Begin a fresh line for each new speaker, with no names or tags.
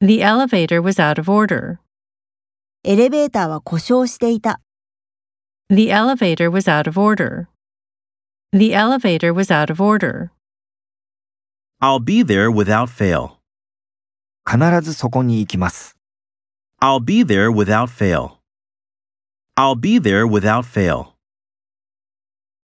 The elevator was out of order.
エレベーターは故障していた。
The elevator was out of order. The elevator was out of order.
I'll be there without fail.
必ずそこに行きます。
I'll be there without fail. I'll be there without fail.